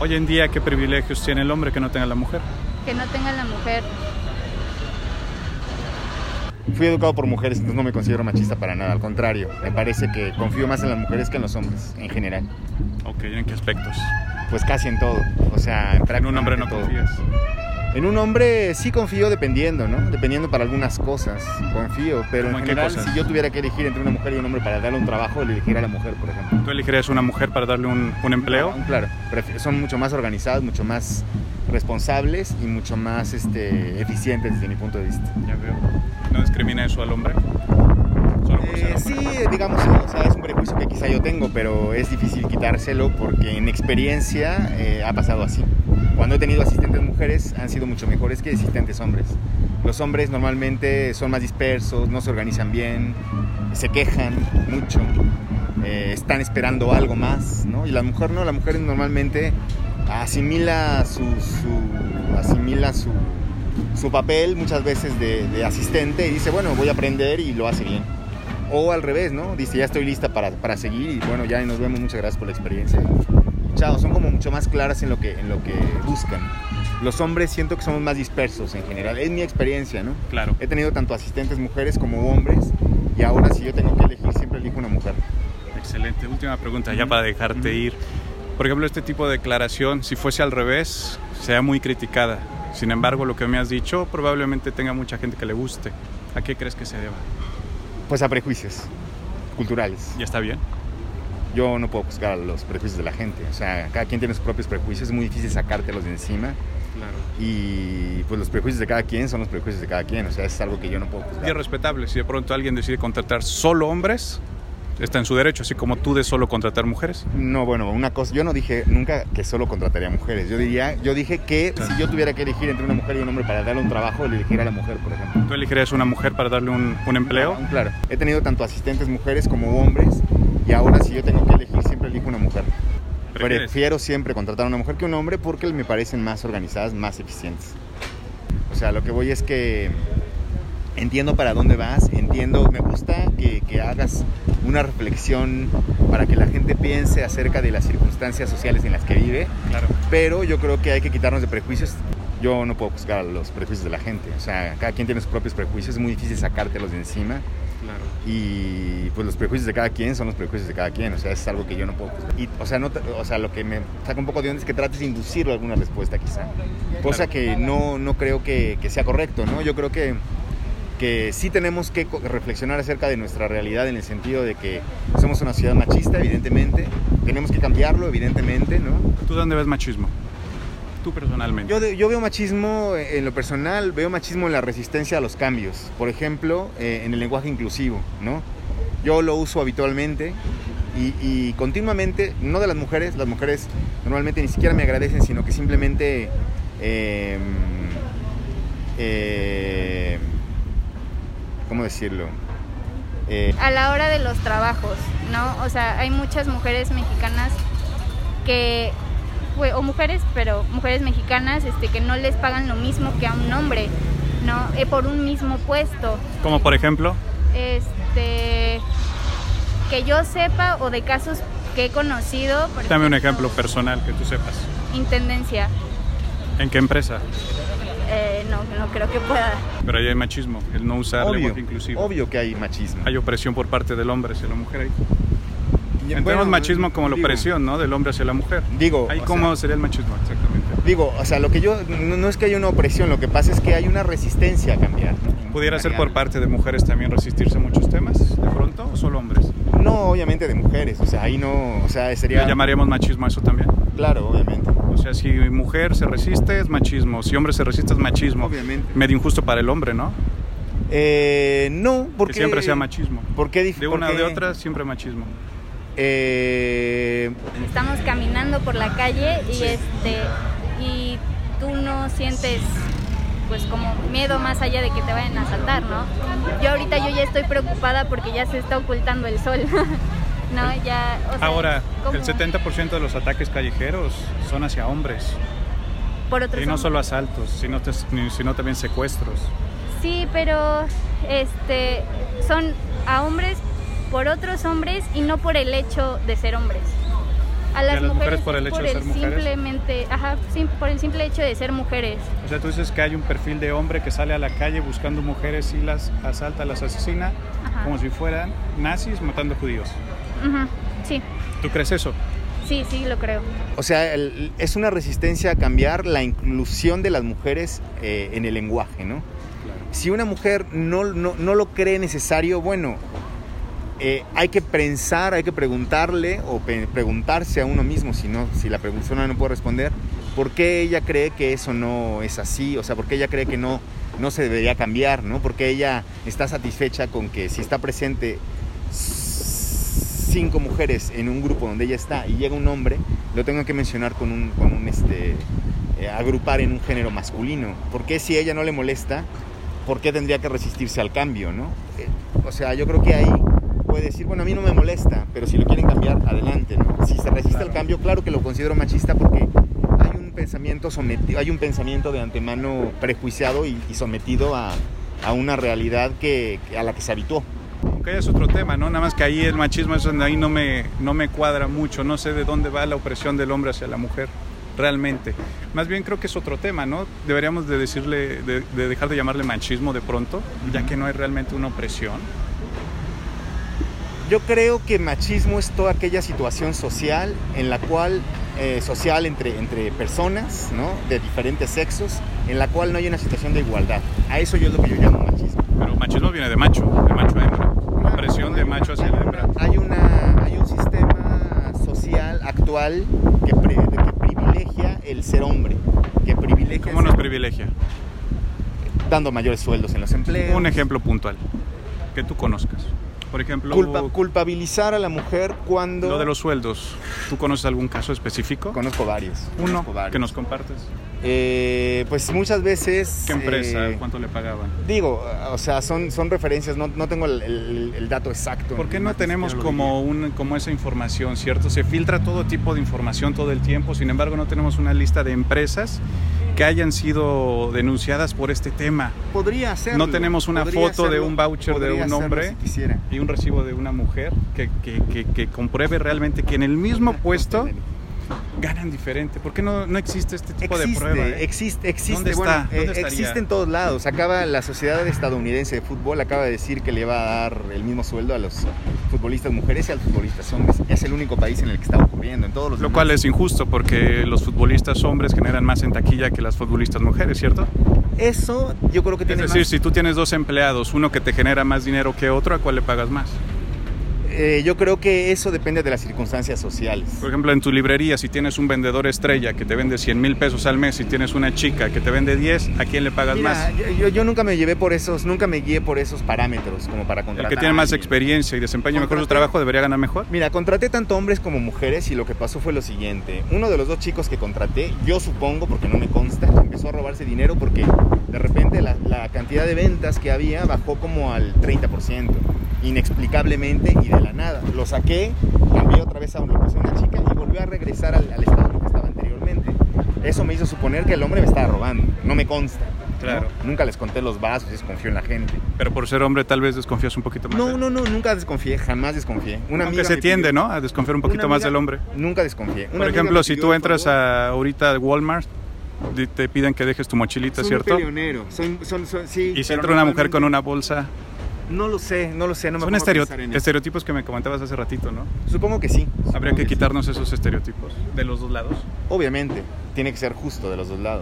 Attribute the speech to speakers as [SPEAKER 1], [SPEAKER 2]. [SPEAKER 1] Hoy en día, ¿qué privilegios tiene el hombre que no tenga la mujer?
[SPEAKER 2] que no tenga la mujer.
[SPEAKER 3] Fui educado por mujeres, entonces no me considero machista para nada. Al contrario, me parece que confío más en las mujeres que en los hombres, en general.
[SPEAKER 1] Ok, ¿en qué aspectos?
[SPEAKER 3] Pues casi en todo. O sea, en,
[SPEAKER 1] En un hombre no
[SPEAKER 3] todo.
[SPEAKER 1] confías.
[SPEAKER 3] En un hombre sí confío dependiendo, ¿no? Dependiendo para algunas cosas, confío. Pero en
[SPEAKER 1] ¿Cómo en qué
[SPEAKER 3] general,
[SPEAKER 1] cosas?
[SPEAKER 3] si yo tuviera que elegir entre una mujer y un hombre para darle un trabajo, le elegiría a la mujer, por ejemplo.
[SPEAKER 1] ¿Tú elegirías una mujer para darle un, un empleo?
[SPEAKER 3] Aún, Claro, prefi- son mucho más organizados, mucho más responsables y mucho más este, eficientes desde mi punto de vista.
[SPEAKER 1] Ya veo. ¿No discrimina eso al hombre? Solo por ser
[SPEAKER 3] Eh, sí,
[SPEAKER 1] hombre.
[SPEAKER 3] digamos, o sea, es un prejuicio que quizá yo tengo, pero es difícil quitárselo porque en experiencia eh, ha pasado así. Cuando he tenido asistentes mujeres han sido mucho mejores que asistentes hombres. Los hombres normalmente son más dispersos, no se organizan bien, se quejan mucho, eh, están esperando algo más, ¿no? Y la mujer no, la mujer normalmente asimila su, su- asimila su, su papel muchas veces de, de asistente y dice, bueno, voy a aprender y lo hace bien. O al revés, ¿no? Dice, ya estoy lista para, para seguir y bueno, ya nos vemos, muchas gracias por la experiencia. Chao, son como mucho más claras en lo que, en lo que buscan. Los hombres siento que somos más dispersos en general, es mi experiencia, ¿no?
[SPEAKER 1] Claro.
[SPEAKER 3] He tenido tanto asistentes mujeres como hombres y ahora si yo tengo que elegir siempre elijo una mujer.
[SPEAKER 1] Excelente. Última pregunta, ya para dejarte ir. Por ejemplo, este tipo de declaración, si fuese al revés, sea muy criticada. Sin embargo, lo que me has dicho probablemente tenga mucha gente que le guste. ¿A qué crees que se deba?
[SPEAKER 3] Pues a prejuicios culturales.
[SPEAKER 1] ¿Ya está bien?
[SPEAKER 3] Yo no puedo juzgar los prejuicios de la gente, o sea, cada quien tiene sus propios prejuicios, es muy difícil sacártelos de encima
[SPEAKER 1] Claro.
[SPEAKER 3] y pues los prejuicios de cada quien son los prejuicios de cada quien, o sea, es algo que yo no puedo
[SPEAKER 1] Y es
[SPEAKER 3] juzgar.
[SPEAKER 1] respetable. Si de pronto alguien decide contratar solo hombres, está en su derecho, así como tú de solo contratar mujeres.
[SPEAKER 3] No, bueno, una cosa, yo no dije nunca que solo contrataría mujeres, yo diría, yo dije que
[SPEAKER 1] Claro.
[SPEAKER 3] si yo tuviera que elegir entre una mujer y un hombre para darle un trabajo, le elegiría a la mujer, por ejemplo.
[SPEAKER 1] ¿Tú elegirías una mujer para darle un, un empleo?
[SPEAKER 3] Aún, Claro. He tenido tanto asistentes mujeres como hombres y ahora si yo tengo que elegir siempre elijo una mujer.
[SPEAKER 1] ¿Prefieres?
[SPEAKER 3] Prefiero siempre contratar a una mujer que un hombre porque me parecen más organizadas, más eficientes. O sea, lo que voy es que entiendo para dónde vas, entiendo, me gusta que, que hagas una reflexión para que la gente piense acerca de las circunstancias sociales en las que vive,
[SPEAKER 1] Claro.
[SPEAKER 3] pero yo creo que hay que quitarnos de prejuicios. Yo no puedo juzgar los prejuicios de la gente, o sea, cada quien tiene sus propios prejuicios, es muy difícil sacártelos de encima
[SPEAKER 1] claro.
[SPEAKER 3] y pues los prejuicios de cada quien son los prejuicios de cada quien, o sea, es algo que yo no puedo. juzgar. Y, o, sea, no, te- o sea, lo que me saca un poco de onda es que trates de inducir alguna respuesta quizá, cosa
[SPEAKER 1] Claro.
[SPEAKER 3] que no, no creo que, que sea correcto, ¿no? Yo creo que, que sí tenemos que co- reflexionar acerca de nuestra realidad en el sentido de que somos una ciudad machista, evidentemente, tenemos que cambiarlo, evidentemente, ¿no?
[SPEAKER 1] ¿Tú dónde ves machismo? Tú personalmente.
[SPEAKER 3] Yo, de- yo veo machismo eh, en lo personal, veo machismo en la resistencia a los cambios. Por ejemplo, eh, en el lenguaje inclusivo, ¿no? Yo lo uso habitualmente y, y continuamente, no de las mujeres, las mujeres normalmente ni siquiera me agradecen, sino que simplemente eh, eh, ¿cómo decirlo? Eh,
[SPEAKER 2] A la hora de los trabajos, ¿no? O sea, hay muchas mujeres mexicanas que, fue- o mujeres, pero mujeres mexicanas este, que no les pagan lo mismo que a un hombre, ¿no? Eh, por un mismo puesto.
[SPEAKER 1] Como por ejemplo,
[SPEAKER 2] Este, que yo sepa o de casos que he conocido. por
[SPEAKER 1] dame un ejemplo personal que tú sepas.
[SPEAKER 2] Intendencia.
[SPEAKER 1] ¿En qué empresa?
[SPEAKER 2] Eh, no, no creo que pueda.
[SPEAKER 1] Pero ahí hay machismo, el no usar
[SPEAKER 3] obvio,
[SPEAKER 1] lenguaje inclusivo.
[SPEAKER 3] obvio que hay machismo.
[SPEAKER 1] Hay opresión por parte del hombre hacia la mujer ahí.
[SPEAKER 3] Y,
[SPEAKER 1] Entendemos
[SPEAKER 3] bueno,
[SPEAKER 1] machismo como la
[SPEAKER 3] digo-
[SPEAKER 1] opresión, ¿no? Del hombre hacia la mujer.
[SPEAKER 3] Digo,
[SPEAKER 1] Ahí
[SPEAKER 3] o
[SPEAKER 1] cómo
[SPEAKER 3] sea-
[SPEAKER 1] sería el machismo, exactamente.
[SPEAKER 3] Digo, o sea, lo que yo. No, no es que haya una opresión, lo que pasa es que hay una resistencia a cambiar. ¿no?
[SPEAKER 1] ¿Pudiera ser por
[SPEAKER 3] Cambiar.
[SPEAKER 1] parte de mujeres también resistirse a muchos temas de pronto o solo hombres?
[SPEAKER 3] No, obviamente de mujeres, o sea, ahí no. O sea,
[SPEAKER 1] ¿Le
[SPEAKER 3] sería.
[SPEAKER 1] llamaríamos machismo a eso también?
[SPEAKER 3] Claro, obviamente.
[SPEAKER 1] O sea, si mujer se resiste es machismo, si hombre se resiste es machismo.
[SPEAKER 3] Obviamente.
[SPEAKER 1] Medio injusto para el hombre, ¿no?
[SPEAKER 3] Eh, no, porque.
[SPEAKER 1] Que siempre sea machismo.
[SPEAKER 3] ¿Por qué dif-
[SPEAKER 1] De una o
[SPEAKER 3] por
[SPEAKER 1] de
[SPEAKER 3] qué,
[SPEAKER 1] otra siempre machismo.
[SPEAKER 3] eh,
[SPEAKER 2] Estamos caminando por la calle y este y tú no sientes pues como miedo más allá de que te vayan a asaltar, ¿no? Yo ahorita yo ya estoy preocupada porque ya se está ocultando el sol. no, ya o sea,
[SPEAKER 1] Ahora,
[SPEAKER 2] como
[SPEAKER 1] el 70% de los ataques callejeros son hacia hombres.
[SPEAKER 2] por otros
[SPEAKER 1] Y no
[SPEAKER 2] hombres.
[SPEAKER 1] solo asaltos, sino, te- sino también secuestros.
[SPEAKER 2] Sí, pero este son a hombres por otros hombres y no por el hecho de ser hombres. a las,
[SPEAKER 1] las mujeres por el hecho de ser mujeres?
[SPEAKER 2] simplemente, ajá, sim- por el simple hecho de ser mujeres.
[SPEAKER 1] O sea, tú dices que hay un perfil de hombre que sale a la calle buscando mujeres y las asalta, las asesina,
[SPEAKER 2] Ajá.
[SPEAKER 1] como si fueran nazis matando judíos.
[SPEAKER 2] Ujú, Sí,
[SPEAKER 1] ¿Tú crees eso?
[SPEAKER 2] sí, sí, lo creo.
[SPEAKER 3] O sea, el- es una resistencia a cambiar la inclusión de las mujeres eh, en el lenguaje, ¿no? Si una mujer no, no- no lo cree necesario, bueno, eh, hay que pensar, hay que preguntarle o pe- preguntarse a uno mismo, si, no, si la persona no puede responder, ¿por qué ella cree que eso no es así? O sea, ¿por qué ella cree que no, no se debería cambiar, ¿no? Porque ella está satisfecha con que si está presente cinco mujeres en un grupo donde ella está y llega un hombre, lo tengo que mencionar con un, con un este, eh, agrupar en un género masculino. Porque si a ella no le molesta, ¿por qué tendría que resistirse al cambio, no? Eh, o sea, yo creo que ahí puede decir, bueno, a mí no me molesta, pero si lo quieren cambiar, adelante, ¿no? Si se resiste al cambio, claro que lo considero machista porque hay un pensamiento sometido, hay un pensamiento de antemano prejuiciado y, y sometido a, a una realidad que, a la que se habituó.
[SPEAKER 1] Aunque es otro tema, ¿no? Nada más que ahí el machismo es donde ahí no me, no me cuadra mucho, no sé de dónde va la opresión del hombre hacia la mujer, realmente. Más bien creo que es otro tema, ¿no? Deberíamos de decirle, de, de dejar de llamarle machismo de pronto, ya que no hay realmente una opresión.
[SPEAKER 3] Yo creo que machismo es toda aquella situación social en la cual, eh, social entre, entre personas, ¿no? De diferentes sexos, en la cual no hay una situación de igualdad. A eso yo es lo que yo llamo machismo.
[SPEAKER 1] Pero machismo viene de macho, de macho a hembra. Opresión de macho hacia la hembra.
[SPEAKER 3] Hay, una, hay un sistema social actual que, pre- que privilegia el ser hombre, que privilegia
[SPEAKER 1] ¿Cómo
[SPEAKER 3] el
[SPEAKER 1] nos
[SPEAKER 3] ser-
[SPEAKER 1] privilegia?
[SPEAKER 3] dando mayores sueldos en los empleos.
[SPEAKER 1] Un ejemplo puntual que tú conozcas. Por ejemplo,
[SPEAKER 3] Culpa- culpabilizar a la mujer cuando...
[SPEAKER 1] lo de los sueldos. ¿Tú conoces algún caso específico?
[SPEAKER 3] Conozco varios.
[SPEAKER 1] Uno
[SPEAKER 3] conozco varios.
[SPEAKER 1] que nos compartes.
[SPEAKER 3] Eh, pues muchas veces...
[SPEAKER 1] ¿Qué empresa?
[SPEAKER 3] eh,
[SPEAKER 1] ¿Cuánto le pagaban?
[SPEAKER 3] Digo, o sea, son, son referencias, no, no tengo el, el- el dato exacto.
[SPEAKER 1] ¿Por qué no
[SPEAKER 3] Martín,
[SPEAKER 1] tenemos
[SPEAKER 3] yo lo
[SPEAKER 1] como, un, como esa información, cierto? Se filtra todo tipo de información todo el tiempo, sin embargo no tenemos una lista de empresas que hayan sido denunciadas por este tema
[SPEAKER 3] diría. Podría hacerlo.
[SPEAKER 1] No tenemos una
[SPEAKER 3] podría
[SPEAKER 1] foto de un voucher de
[SPEAKER 3] podría
[SPEAKER 1] un
[SPEAKER 3] hacerlo
[SPEAKER 1] hombre.
[SPEAKER 3] si quisiera.
[SPEAKER 1] y un recibo de una mujer que, que- que- que compruebe realmente que en el mismo
[SPEAKER 3] Ah,
[SPEAKER 1] puesto ganan diferente. ¿Por qué no, no existe este tipo
[SPEAKER 3] Existe,
[SPEAKER 1] de prueba? eh?
[SPEAKER 3] existe, existe,
[SPEAKER 1] ¿Dónde
[SPEAKER 3] bueno,
[SPEAKER 1] está?
[SPEAKER 3] eh,
[SPEAKER 1] ¿Dónde estaría?
[SPEAKER 3] existe en todos lados. Acaba la Sociedad Estadounidense de Fútbol acaba de decir que le va a dar el mismo sueldo a los futbolistas mujeres y a los futbolistas hombres. Es el único país en el que está ocurriendo, en todos los
[SPEAKER 1] Lo
[SPEAKER 3] demás.
[SPEAKER 1] cual es injusto porque los futbolistas hombres generan más en taquilla que las futbolistas mujeres, ¿cierto?
[SPEAKER 3] eso yo creo que
[SPEAKER 1] Es
[SPEAKER 3] tiene
[SPEAKER 1] decir,
[SPEAKER 3] más-
[SPEAKER 1] si tú tienes dos empleados, uno que te genera más dinero que otro, ¿a cuál le pagas más?
[SPEAKER 3] eh, yo creo que eso depende de las circunstancias sociales.
[SPEAKER 1] Por ejemplo, en tu librería, si tienes un vendedor estrella que te vende 100 mil pesos al mes y tienes una chica que te vende 10, ¿a quién le pagas
[SPEAKER 3] Mira,
[SPEAKER 1] más?
[SPEAKER 3] yo- Yo, yo nunca me llevé por esos, nunca me guié por esos parámetros como para
[SPEAKER 1] El
[SPEAKER 3] contratar.
[SPEAKER 1] que
[SPEAKER 3] a
[SPEAKER 1] tiene más
[SPEAKER 3] alguien.
[SPEAKER 1] experiencia y desempeña mejor su
[SPEAKER 3] Contraté.
[SPEAKER 1] trabajo debería ganar mejor.
[SPEAKER 3] Mira, contraté tanto hombres como mujeres y lo que pasó fue lo siguiente. Uno de los dos chicos que contraté, yo supongo, porque no me consta, empezó a robarse dinero porque de repente la, la cantidad de ventas que había bajó como al 30%, inexplicablemente y de la nada. Lo saqué, cambié otra vez a lo puse a una chica y volvió a regresar al, al estado en el que estaba anteriormente. Eso me hizo suponer que el hombre me estaba robando, no me consta. ¿no?
[SPEAKER 1] Claro.
[SPEAKER 3] Nunca les conté los vasos, desconfío en la gente.
[SPEAKER 1] Pero por ser hombre tal vez desconfías un poquito más. de
[SPEAKER 3] No,
[SPEAKER 1] él.
[SPEAKER 3] no, no, nunca desconfié, jamás desconfié. Una
[SPEAKER 1] Aunque
[SPEAKER 3] amiga
[SPEAKER 1] se
[SPEAKER 3] me
[SPEAKER 1] tiende,
[SPEAKER 3] pidió-
[SPEAKER 1] ¿no? A desconfiar un poquito
[SPEAKER 3] Una
[SPEAKER 1] más
[SPEAKER 3] amiga-
[SPEAKER 1] del hombre.
[SPEAKER 3] Nunca desconfié. Una
[SPEAKER 1] Por
[SPEAKER 3] amiga
[SPEAKER 1] ejemplo,
[SPEAKER 3] me
[SPEAKER 1] si
[SPEAKER 3] pidió,
[SPEAKER 1] tú
[SPEAKER 3] por
[SPEAKER 1] entras
[SPEAKER 3] favor,
[SPEAKER 1] a, ahorita al Walmart, di- te piden que dejes tu mochilita,
[SPEAKER 3] soy un
[SPEAKER 1] ¿cierto?
[SPEAKER 3] peleonero, soy- son- son- sí,
[SPEAKER 1] Y si
[SPEAKER 3] pero
[SPEAKER 1] entra una mujer
[SPEAKER 3] normalmente-
[SPEAKER 1] con una bolsa.
[SPEAKER 3] No lo sé, no lo sé, no me
[SPEAKER 1] Son
[SPEAKER 3] pongo a
[SPEAKER 1] estereo-
[SPEAKER 3] pensar en eso.
[SPEAKER 1] estereotipos que me comentabas hace ratito, ¿no?
[SPEAKER 3] Supongo que sí. supongo
[SPEAKER 1] este Habría que
[SPEAKER 3] sí.
[SPEAKER 1] quitarnos esos estereotipos de los dos lados.
[SPEAKER 3] Obviamente, tiene que ser justo de los dos lados.